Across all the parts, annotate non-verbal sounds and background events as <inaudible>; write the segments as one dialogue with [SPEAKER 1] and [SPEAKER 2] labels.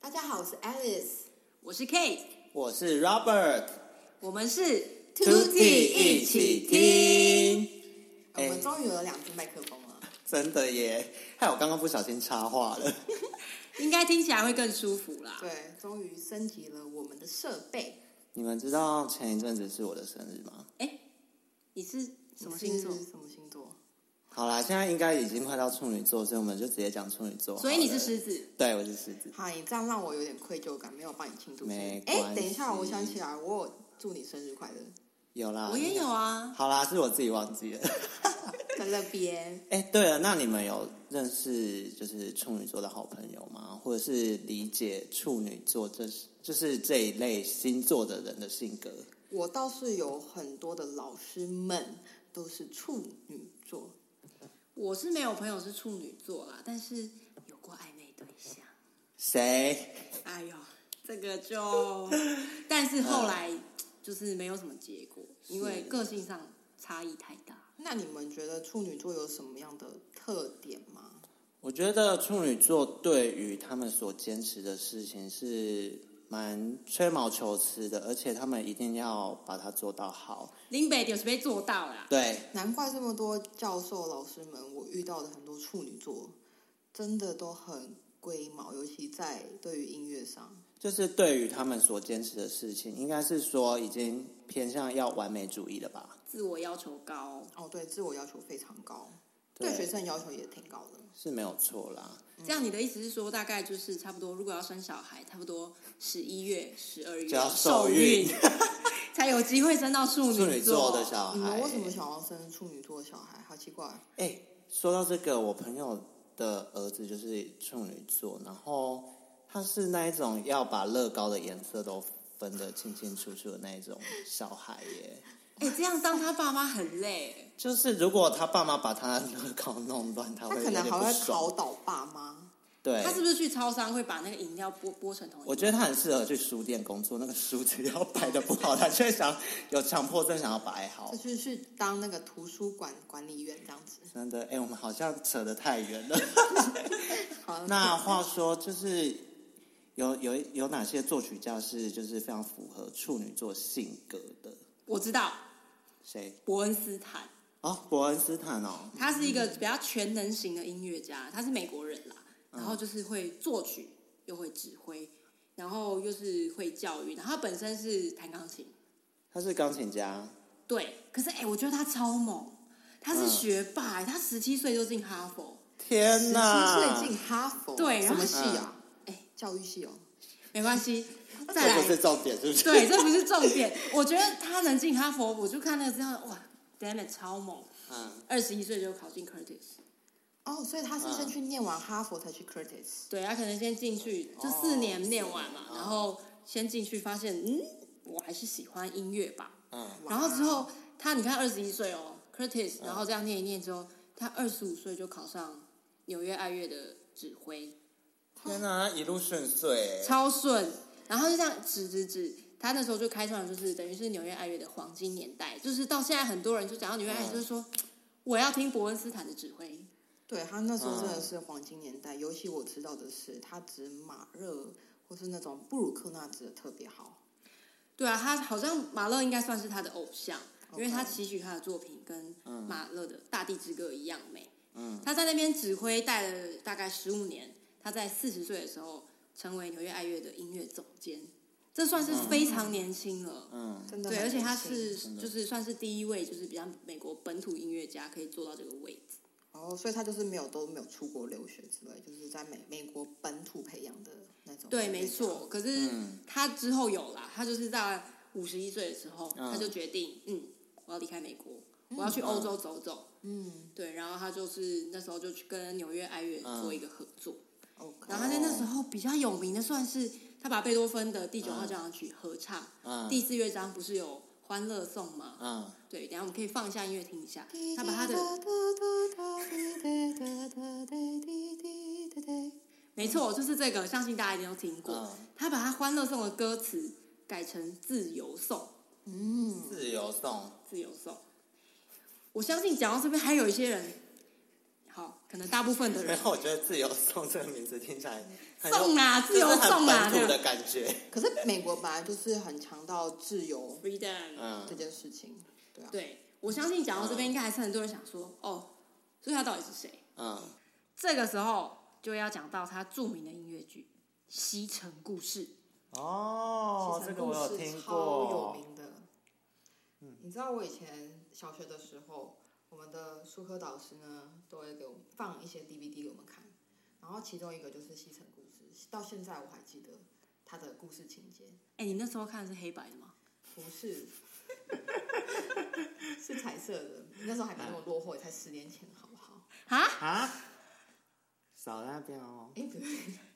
[SPEAKER 1] 大家好，我是 Alice，
[SPEAKER 2] 我是 Kate，
[SPEAKER 3] 我是 Robert，
[SPEAKER 2] 我们是
[SPEAKER 1] Tutti
[SPEAKER 3] 一起听。
[SPEAKER 1] 呃我们
[SPEAKER 3] 哎
[SPEAKER 1] 终于有两只麦克风了。
[SPEAKER 3] 真的耶，害我刚刚不小心插话了。 <laughs>
[SPEAKER 2] 应该听起来会更舒服啦。
[SPEAKER 1] 对，终于升级了我们的设备。
[SPEAKER 3] 你们知道前一阵子是我的生日吗？
[SPEAKER 2] 哎，你是什么星座
[SPEAKER 1] 你？是什么星座？
[SPEAKER 3] 好啦，现在应该已经快到处女座，所以我们就直接讲处女座。
[SPEAKER 2] 所以你
[SPEAKER 3] 好
[SPEAKER 2] 是狮？
[SPEAKER 3] 了
[SPEAKER 2] 子，
[SPEAKER 3] 对，我是狮子。
[SPEAKER 1] 好，你这样让我有点愧疚感，没有帮你庆祝生日
[SPEAKER 3] 没。
[SPEAKER 1] 哎，
[SPEAKER 3] 关
[SPEAKER 1] 等一下，
[SPEAKER 3] 系
[SPEAKER 1] 我想起来，我有祝你生日快乐，
[SPEAKER 3] 有啦，
[SPEAKER 2] 我也有。啊。
[SPEAKER 3] 好啦，是我自己忘记了。 <laughs>
[SPEAKER 1] 在那边。
[SPEAKER 3] 哎，对了，那你们有认识就是处女座的好朋友吗？或者是理解处女座这是就是这一类星座的人的性格？
[SPEAKER 1] 我倒是有很多的老师们都是处女座，
[SPEAKER 2] 我是没有朋友是处女座啦，但是有过暧昧对象。
[SPEAKER 3] 谁？
[SPEAKER 2] 哎呦，这个
[SPEAKER 1] <laughs>
[SPEAKER 2] 就，但是后来就是没有什么结果，因为个性上差异太大。
[SPEAKER 1] 那你们觉得处女座有什么样的特点吗？
[SPEAKER 3] 我觉得处女座对于他们所坚持的事情是蛮吹毛求疵的，而且他们一定要把它做到好。
[SPEAKER 2] 林北就是被做到啦。
[SPEAKER 3] 对，
[SPEAKER 1] 难怪这么多教授老师们，我遇到的很多处女座，真的都很龟毛，尤其在对于音乐上。
[SPEAKER 3] 就是对于他们所坚持的事情，应该是说已经偏向要完美主义了吧？
[SPEAKER 2] 自我要求高，
[SPEAKER 1] 哦，对，自我要求非常高，对
[SPEAKER 3] 对
[SPEAKER 1] 学生要求也挺高的。
[SPEAKER 3] 是没有错啦。
[SPEAKER 2] 这样你的意思是说，大概就是差不多，如果要生小孩，差不多十一月、十二月
[SPEAKER 3] 就要
[SPEAKER 2] 受
[SPEAKER 3] 受孕
[SPEAKER 2] 才有机会生到处
[SPEAKER 3] 处
[SPEAKER 2] 女
[SPEAKER 3] 女座的小
[SPEAKER 1] 啊你
[SPEAKER 3] 孩，
[SPEAKER 1] 们为什么想要生处女座的小孩？好奇怪。
[SPEAKER 3] 哎、说到这个，我朋友的儿子就是处女座，然后他是那一种要把乐高的颜色都分得清清楚楚的那一种小孩耶。
[SPEAKER 2] 哎、这样当他爸妈很累。
[SPEAKER 3] 就是如果他爸妈把他乐高弄乱，他
[SPEAKER 1] 他
[SPEAKER 3] 会
[SPEAKER 1] 可
[SPEAKER 3] 有
[SPEAKER 1] 能
[SPEAKER 3] 点
[SPEAKER 1] 还
[SPEAKER 3] 不
[SPEAKER 1] 会
[SPEAKER 3] 爽
[SPEAKER 1] 考。倒爸妈。
[SPEAKER 3] 对
[SPEAKER 2] 他，是不是去超商会把那个饮料剥剥成同一个？
[SPEAKER 3] 我觉得他很适合去书店工作，那个书只要摆的不好，他就会想有强迫症想要摆好
[SPEAKER 1] 就。是去当那个图书馆管理员这样子。
[SPEAKER 3] 真的，哎、我们好像扯得太远了。 <laughs>
[SPEAKER 1] 好，
[SPEAKER 3] 那话说，就是有有有哪些作曲家是就是非常符合处女座性格的？
[SPEAKER 2] 我知道
[SPEAKER 3] 谁？
[SPEAKER 2] 伯恩斯坦，
[SPEAKER 3] 哦，伯恩斯坦哦，
[SPEAKER 2] 他是一个比较全能型的音乐家，他是美国人啦，然后就是会作曲，又会指挥，然后又是会教育，然后他本身是弹钢琴，
[SPEAKER 3] 他是钢琴家。
[SPEAKER 2] 对，可是哎、我觉得他超猛，他是
[SPEAKER 3] 嗯
[SPEAKER 2] 学霸、他十七岁就进哈佛，
[SPEAKER 3] 天
[SPEAKER 1] 十
[SPEAKER 3] 哪！
[SPEAKER 1] 七岁进哈佛，
[SPEAKER 2] 对
[SPEAKER 1] 什么系啊？
[SPEAKER 2] 嗯
[SPEAKER 1] 哎，教育系哦。
[SPEAKER 2] 没关系，
[SPEAKER 3] <laughs>
[SPEAKER 2] 再
[SPEAKER 3] 这不是
[SPEAKER 2] 来，
[SPEAKER 3] 重点，是不是？
[SPEAKER 2] 对，这不是重点。我觉得他能进哈佛，我就看那个资料，哇，damn it，超猛！
[SPEAKER 3] 嗯，
[SPEAKER 2] 二十一岁就考进 Curtis，
[SPEAKER 1] 哦，所以他是先
[SPEAKER 3] 嗯
[SPEAKER 1] 去念完哈佛才去 Curtis。
[SPEAKER 2] 对他可能先进去就
[SPEAKER 3] 哦
[SPEAKER 2] 四年念完嘛，然后先进去发现，嗯，我还是喜欢音乐吧。
[SPEAKER 3] 嗯，
[SPEAKER 2] 然后之后他你看二十一岁哦，Curtis，然后这样念一念之后，他二十五岁就考上纽约爱乐的指挥，
[SPEAKER 3] 天哪，他一路顺遂。
[SPEAKER 2] 超顺，然后就这样指指指，他那时候就开创了就是等于是纽约爱乐的黄金年代，就是到现在很多人就讲到纽约爱乐，
[SPEAKER 3] 嗯
[SPEAKER 2] 就是说、我要听伯恩斯坦的指挥，
[SPEAKER 1] 对他那时候
[SPEAKER 2] 嗯
[SPEAKER 1] 真的是黄金年代，尤其我知道的是，他指马勒或是那种布鲁克纳指的特别好。
[SPEAKER 2] 对啊，他好像马勒应该算是他的偶像，因
[SPEAKER 1] OK
[SPEAKER 2] 为他期许他的作品跟马勒的《大地之歌》一样美。
[SPEAKER 3] 嗯，
[SPEAKER 2] 他在那边指挥带了大概十五年，他在四十岁的时候成为纽约爱乐的音乐总监，这算是非常年轻了。
[SPEAKER 3] 嗯，
[SPEAKER 1] 真的
[SPEAKER 2] 对，
[SPEAKER 1] 很
[SPEAKER 2] 而且他
[SPEAKER 1] 年轻
[SPEAKER 2] 是
[SPEAKER 3] 真的
[SPEAKER 2] 就是算是第一位，就是比较美国本土音乐家可以做到这个位置。
[SPEAKER 1] 哦，所以他就是没有都没有出国留学之类，就是在美美国本土培养的那种。
[SPEAKER 2] 对，没错。。可是
[SPEAKER 3] 嗯
[SPEAKER 2] 他之后有啦，他就是在五十一岁的时候，
[SPEAKER 3] 嗯
[SPEAKER 2] 他就决定，嗯，我要离开美国，我要去欧洲走走。
[SPEAKER 1] 嗯
[SPEAKER 2] 对，然后他就是那时候就去跟纽约爱乐
[SPEAKER 3] 嗯
[SPEAKER 2] 做一个合作，
[SPEAKER 1] ，OK。
[SPEAKER 2] 然后他在那
[SPEAKER 3] 哦
[SPEAKER 2] 时候比较有名的算是他把贝多芬的第九号交响曲合唱，
[SPEAKER 3] 嗯
[SPEAKER 2] 第四乐章不是有欢乐颂吗？
[SPEAKER 3] 嗯，
[SPEAKER 2] 对，等一下我们可以放一下音乐听一下，他把他的。没错，就是这个，相信大家一定都听过。
[SPEAKER 3] 嗯
[SPEAKER 2] 他把他《欢乐颂》的歌词改成《自由颂》，
[SPEAKER 1] 嗯，
[SPEAKER 3] 自由送。
[SPEAKER 2] 《自由颂》。我相信讲到这边，还有一些人，好，可可能大部分的人
[SPEAKER 3] 然后我觉得自由颂这个名字听起来很有
[SPEAKER 2] 送啊，自由
[SPEAKER 3] 就是
[SPEAKER 2] 送啊，
[SPEAKER 3] 很本
[SPEAKER 2] 这
[SPEAKER 3] 土的
[SPEAKER 2] 样
[SPEAKER 3] 感觉。
[SPEAKER 1] <laughs> 可是美国本来就是很强调自由
[SPEAKER 2] freedom。
[SPEAKER 3] 嗯
[SPEAKER 1] 这，件事情，对啊，
[SPEAKER 2] 对，我相信讲到这边，应该还是很多人想说，哦，所以他到底是谁？
[SPEAKER 3] 嗯，
[SPEAKER 2] 这个时候就要讲到他著名的音乐剧《西城故事》。
[SPEAKER 3] 哦，这个我有听
[SPEAKER 1] 超有
[SPEAKER 3] 过。嗯
[SPEAKER 1] 名的。你知道我以前小学的时候，我们的术科导师呢都会给我们放一些 DVD 给我们看，然后其中一个就是《西城故事》，到现在我还记得它的故事情节。
[SPEAKER 2] 哎，你那时候看的是黑白的吗？
[SPEAKER 1] 不是， <laughs> 是彩色的。那时候还没那么落后，才十年前，好不好？
[SPEAKER 2] 啊，
[SPEAKER 3] 啊，少在那边哦。
[SPEAKER 1] 哎、对，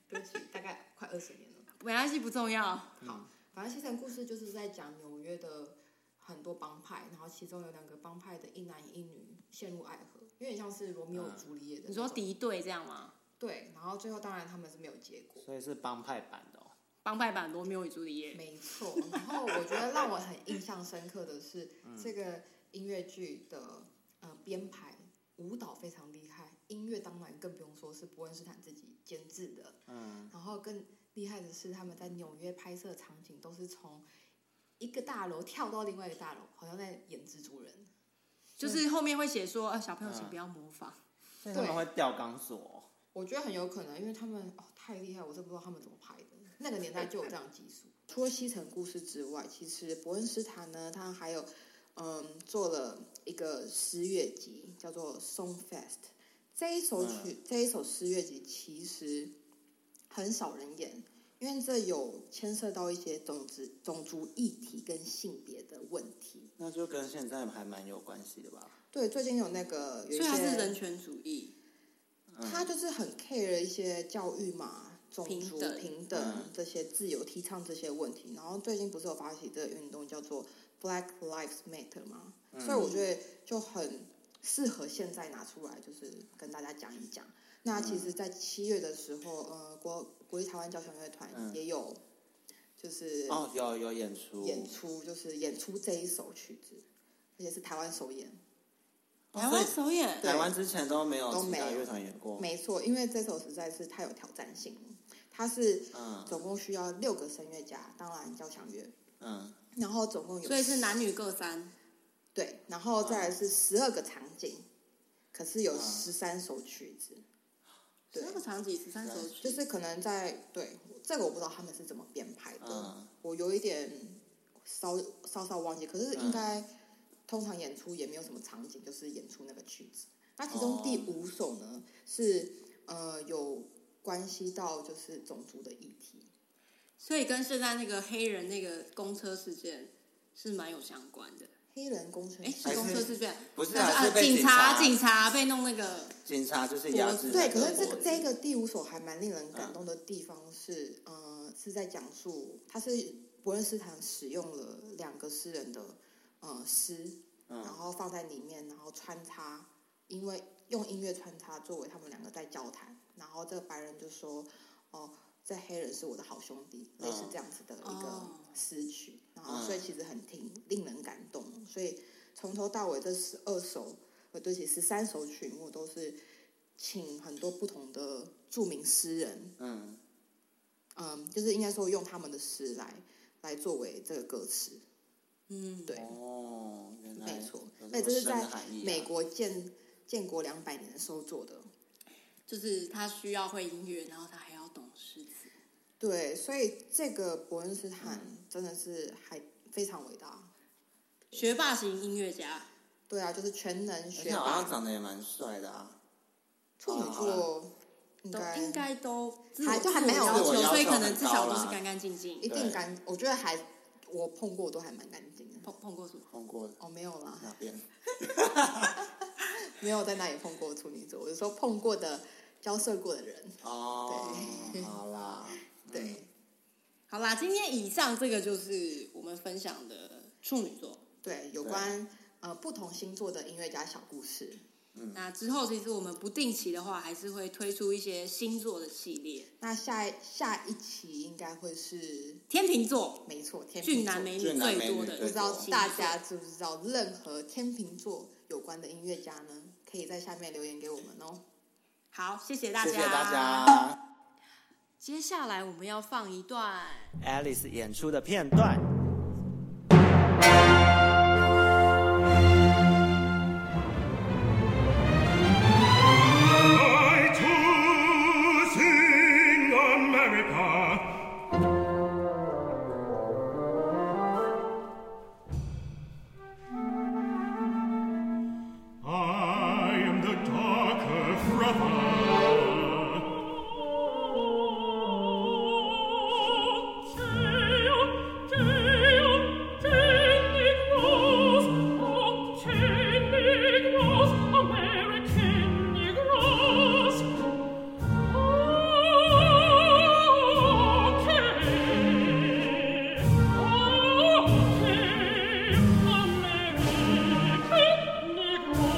[SPEAKER 1] 对不起，大概快二十年了。
[SPEAKER 2] 没关系，不重要。
[SPEAKER 1] 好，反正西城故事就是在讲纽约的很多帮派，然后其中有两个帮派的一男一女陷入爱河，有点像是罗密欧与朱丽叶的
[SPEAKER 2] 嗯你
[SPEAKER 1] 那种。
[SPEAKER 2] 说敌对这样吗？
[SPEAKER 1] 对，然后最后当然他们是没有结果。
[SPEAKER 3] 所以是帮派版的哦。
[SPEAKER 2] 帮派版罗密欧与朱丽叶，
[SPEAKER 1] 没错，然后我觉得让我很印象深刻的是、这个音乐剧的呃编排，舞蹈非常厉害，音乐当然更不用说是伯恩斯坦自己监制的，
[SPEAKER 3] 嗯，
[SPEAKER 1] 然后更厉害的是他们在纽约拍摄场景都是从一个大楼跳到另外一个大楼，好像在演蜘蛛人。
[SPEAKER 2] 就是后面会写说，呃，小朋友请
[SPEAKER 3] 嗯
[SPEAKER 2] 不要模仿。
[SPEAKER 3] 所以他们
[SPEAKER 1] 对
[SPEAKER 3] 会吊钢索。哦
[SPEAKER 1] 我觉得很有可能，因为他们哦太厉害，我真不知道他们怎么拍的。那个年代就有这样的技术。除了西城故事之外，其实伯恩斯坦呢，他还有嗯做了一个诗乐集，叫做《Song Fest》。这一首曲，
[SPEAKER 2] 嗯
[SPEAKER 1] 这一首诗乐集其实很少人演，因为这有牵涉到一些种族种族议题跟性别的问题。
[SPEAKER 3] 那就跟现在还蛮有关系的吧。
[SPEAKER 1] 对，最近有那个有一
[SPEAKER 2] 所
[SPEAKER 1] 些
[SPEAKER 2] 以他是人权主义，
[SPEAKER 3] 嗯
[SPEAKER 1] 他就是很 care 一些教育嘛、种
[SPEAKER 2] 平
[SPEAKER 1] 族
[SPEAKER 2] 等
[SPEAKER 1] 平等
[SPEAKER 3] 嗯
[SPEAKER 1] 这些自由提倡这些问题。然后最近不是有发起这个运动叫做 Black Lives Matter 吗？
[SPEAKER 3] 嗯
[SPEAKER 1] 所以我觉得就很适合现在拿出来，就是跟大家讲一讲。
[SPEAKER 3] 嗯
[SPEAKER 1] 那其实，在七月的时候，呃，国国立台湾交响乐团
[SPEAKER 3] 嗯
[SPEAKER 1] 也有就是
[SPEAKER 3] 哦，有有演出。
[SPEAKER 1] 演出，就是演出这一首曲子，而且是台湾首演。
[SPEAKER 3] 哦
[SPEAKER 2] 台
[SPEAKER 3] 所以
[SPEAKER 2] 湾首演。
[SPEAKER 3] 台湾之前都没有
[SPEAKER 1] 都
[SPEAKER 3] 其
[SPEAKER 1] 没
[SPEAKER 3] 他
[SPEAKER 1] 有
[SPEAKER 3] 乐团演过。
[SPEAKER 1] 没错，因为这首实在是太有挑战性了，它是
[SPEAKER 3] 嗯
[SPEAKER 1] 总共需要六个声乐家，当然交响乐，
[SPEAKER 3] 嗯
[SPEAKER 1] 然后总共有
[SPEAKER 2] 所以是男女各三，
[SPEAKER 1] 对，然后再来是十二个场景，可是有
[SPEAKER 3] 嗯
[SPEAKER 1] 十三首曲子，对
[SPEAKER 2] 那，个场景十三首曲，
[SPEAKER 1] 就是可能在对这个我不知道他们是怎么编排的，
[SPEAKER 3] 嗯
[SPEAKER 1] 我有一点稍稍稍忘记，可是应
[SPEAKER 3] 嗯
[SPEAKER 1] 该、通常演出也没有什么场景，就是演出那个曲子。那其中
[SPEAKER 3] 哦
[SPEAKER 1] 第五首呢、是呃有关系到就是种族的议题，
[SPEAKER 2] 所以跟现在那个黑人那个公车事件是蛮有相关的。
[SPEAKER 1] 黑人工程
[SPEAKER 2] 哎，
[SPEAKER 1] 师
[SPEAKER 2] 是
[SPEAKER 3] 还
[SPEAKER 2] 公车
[SPEAKER 3] 是
[SPEAKER 2] 事件，
[SPEAKER 3] 不是
[SPEAKER 2] 那
[SPEAKER 3] 啊
[SPEAKER 2] 个啊
[SPEAKER 3] 是被
[SPEAKER 2] 警
[SPEAKER 3] 警察
[SPEAKER 2] 警察被弄那个，
[SPEAKER 3] 警察就是压制
[SPEAKER 1] 对，
[SPEAKER 3] 那
[SPEAKER 1] 可是这
[SPEAKER 3] 脖
[SPEAKER 1] 个
[SPEAKER 3] 子
[SPEAKER 1] 这个第五首还蛮令人
[SPEAKER 3] 嗯
[SPEAKER 1] 感动的地方是，呃，是在讲述他是伯恩斯坦使用了两个诗人的呃诗，然
[SPEAKER 3] 嗯
[SPEAKER 1] 后放在里面，然后穿插，因为用音乐穿插作为他们两个在交谈，然后这个白人就说，哦，这黑人是我的好兄弟，类似这样子的一个
[SPEAKER 2] 哦
[SPEAKER 1] 诗曲，然后
[SPEAKER 3] 嗯
[SPEAKER 1] 所以其实很挺令人感动，所以从头到尾这十二首，呃，对不起，十三首曲目都是请很多不同的著名诗人，
[SPEAKER 3] 嗯，
[SPEAKER 1] 嗯，就是应该说用他们的诗来来作为这个歌词，
[SPEAKER 2] 嗯，
[SPEAKER 1] 对。
[SPEAKER 3] 哦，原来
[SPEAKER 1] 没错
[SPEAKER 3] 有，
[SPEAKER 1] 那
[SPEAKER 3] 么
[SPEAKER 1] 这是
[SPEAKER 3] 深的
[SPEAKER 1] 在
[SPEAKER 3] 含义啊
[SPEAKER 1] 美国建建国两百年的时候做的。
[SPEAKER 2] 就是他需要会音乐，然后他还要懂诗词。
[SPEAKER 1] 对，所以这个伯恩斯坦
[SPEAKER 3] 嗯
[SPEAKER 1] 真的是还非常伟大。
[SPEAKER 2] 学霸型音乐家，
[SPEAKER 1] 对啊，就是全能
[SPEAKER 3] 而
[SPEAKER 1] 学
[SPEAKER 3] 且哎好像
[SPEAKER 1] 霸，
[SPEAKER 3] 长得也蛮帅的啊。
[SPEAKER 1] 处女
[SPEAKER 3] 好啦好
[SPEAKER 1] 座应
[SPEAKER 2] 都
[SPEAKER 1] 该
[SPEAKER 2] 应该都自
[SPEAKER 1] 还
[SPEAKER 2] 我
[SPEAKER 1] 就还没有
[SPEAKER 2] 自我
[SPEAKER 1] 自我
[SPEAKER 2] 要求，
[SPEAKER 1] 要求
[SPEAKER 2] 所以可能
[SPEAKER 3] 很
[SPEAKER 2] 至少
[SPEAKER 3] 高
[SPEAKER 2] 都
[SPEAKER 3] 啦
[SPEAKER 2] 是干干净净
[SPEAKER 1] 一。定
[SPEAKER 3] 对
[SPEAKER 1] 干，我觉得还我碰过都还蛮干净的。
[SPEAKER 2] 碰碰过什么？
[SPEAKER 3] 通过
[SPEAKER 1] 哦，没有啦，
[SPEAKER 3] 那边
[SPEAKER 1] 没有在那里碰过处女座，我是说碰过的交涉过的人。
[SPEAKER 3] 哦，好啦，
[SPEAKER 1] 对，
[SPEAKER 2] 好啦，今天以上这个就是我们分享的处女座。
[SPEAKER 1] 对，有
[SPEAKER 3] 对
[SPEAKER 1] 关呃不同星座的音乐家小故事。
[SPEAKER 3] 嗯
[SPEAKER 2] 那之后，其实我们不定期的话，还是会推出一些星座的系列。
[SPEAKER 1] 那下一下一期应该会是
[SPEAKER 2] 天秤座，
[SPEAKER 1] 没错，天秤
[SPEAKER 2] 俊
[SPEAKER 1] 座
[SPEAKER 2] 男美女
[SPEAKER 3] 俊男美
[SPEAKER 2] 最多
[SPEAKER 3] 女
[SPEAKER 2] 的，
[SPEAKER 3] 最多
[SPEAKER 1] 不知道
[SPEAKER 2] 星座
[SPEAKER 1] 大家知不知道任何天秤座有关的音乐家呢？可以在下面留言给我们哦。
[SPEAKER 2] 好，谢谢大家，
[SPEAKER 3] 嗯谢谢大。家。
[SPEAKER 2] 接下来我们要放一段，
[SPEAKER 3] Alice 演出的片段，
[SPEAKER 4] I too sing America. I am the darker brother.
[SPEAKER 5] American Negroes. Okay, okay, American Negro.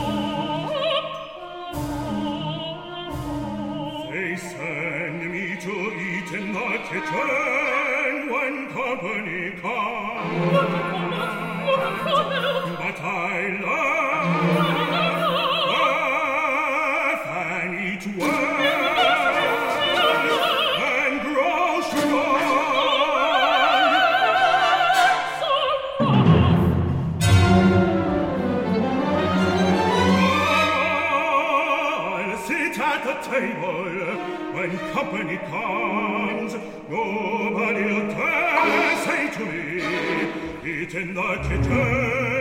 [SPEAKER 4] They send me to eat in the kitchen when company comes. But I love laugh and eat well and grow strong. I'll sit at the table when company comes. Nobody'll dare say to me, eat in the kitchen